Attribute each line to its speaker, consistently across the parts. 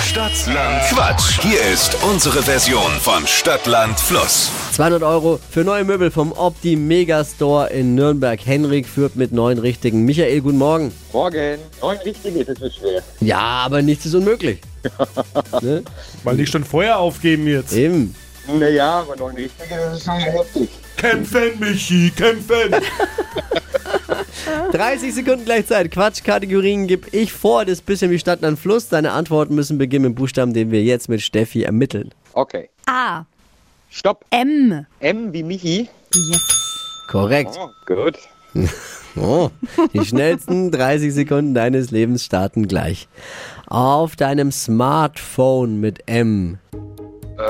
Speaker 1: Stadtland Quatsch. Hier ist unsere Version von Stadtland Fluss.
Speaker 2: 200 Euro für neue Möbel vom Opti Megastore in Nürnberg. Henrik führt mit neun richtigen. Michael, guten Morgen.
Speaker 3: Morgen. Neun richtige, das ist schwer.
Speaker 2: Ja, aber nichts ist unmöglich. ne?
Speaker 4: Weil die schon vorher aufgeben jetzt.
Speaker 2: Eben.
Speaker 3: Naja, aber neun richtige, das ist schon heftig.
Speaker 4: Kämpfen, Michi, kämpfen!
Speaker 2: 30 Sekunden gleichzeitig. Quatschkategorien gebe ich vor. Das ist ein bisschen wie Stadt an Fluss. Deine Antworten müssen beginnen mit Buchstaben, den wir jetzt mit Steffi ermitteln.
Speaker 3: Okay.
Speaker 5: A.
Speaker 3: Stopp.
Speaker 5: M.
Speaker 3: M wie Michi.
Speaker 2: Korrekt.
Speaker 3: Oh, gut.
Speaker 2: Oh, die schnellsten 30 Sekunden deines Lebens starten gleich. Auf deinem Smartphone mit M.
Speaker 3: Äh,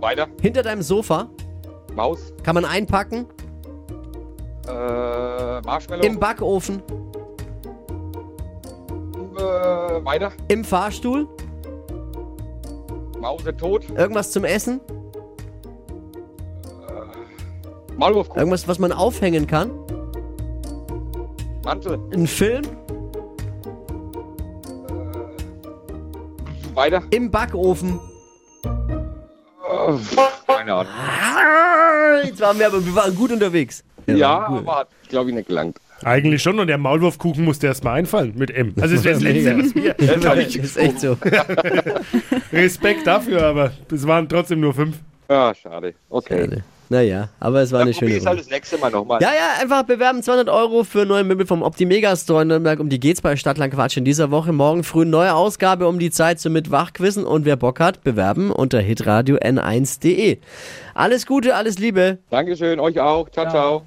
Speaker 3: weiter.
Speaker 2: Hinter deinem Sofa
Speaker 3: Maus.
Speaker 2: kann man einpacken.
Speaker 3: Äh, Marshmallow.
Speaker 2: Im Backofen.
Speaker 3: äh, weiter.
Speaker 2: Im Fahrstuhl.
Speaker 3: Mause tot.
Speaker 2: Irgendwas zum Essen.
Speaker 3: Maulwurfkuchen.
Speaker 2: Irgendwas, was man aufhängen kann.
Speaker 3: Mantel.
Speaker 2: Ein Film.
Speaker 3: Weiter.
Speaker 2: Im Backofen.
Speaker 3: Keine Ahnung.
Speaker 2: Ah, Jetzt waren wir aber wir waren gut unterwegs.
Speaker 3: Ja,
Speaker 2: cool.
Speaker 3: aber hat, glaube ich, nicht gelangt.
Speaker 4: Eigentlich schon und der Maulwurfkuchen musste erstmal einfallen mit M. Also es wäre das Letzte, was wir.
Speaker 2: Das ist echt so.
Speaker 4: Respekt dafür, aber es waren trotzdem nur fünf.
Speaker 3: Ja, schade. Okay.
Speaker 2: Schade. Naja, aber es war eine
Speaker 3: Dann probier
Speaker 2: schöne
Speaker 3: es halt
Speaker 2: Runde.
Speaker 3: das nächste Mal nochmal.
Speaker 2: Ja, ja, einfach bewerben 200 Euro für neue Möbel vom Optimega Store in Nürnberg. Um die geht's bei Stadtland Quatsch in dieser Woche. Morgen früh neue Ausgabe um die Zeit zum Mitwachquissen. Und wer Bock hat, bewerben unter hitradio n1.de. Alles Gute, alles Liebe.
Speaker 3: Dankeschön, euch auch. Ciao, ciao.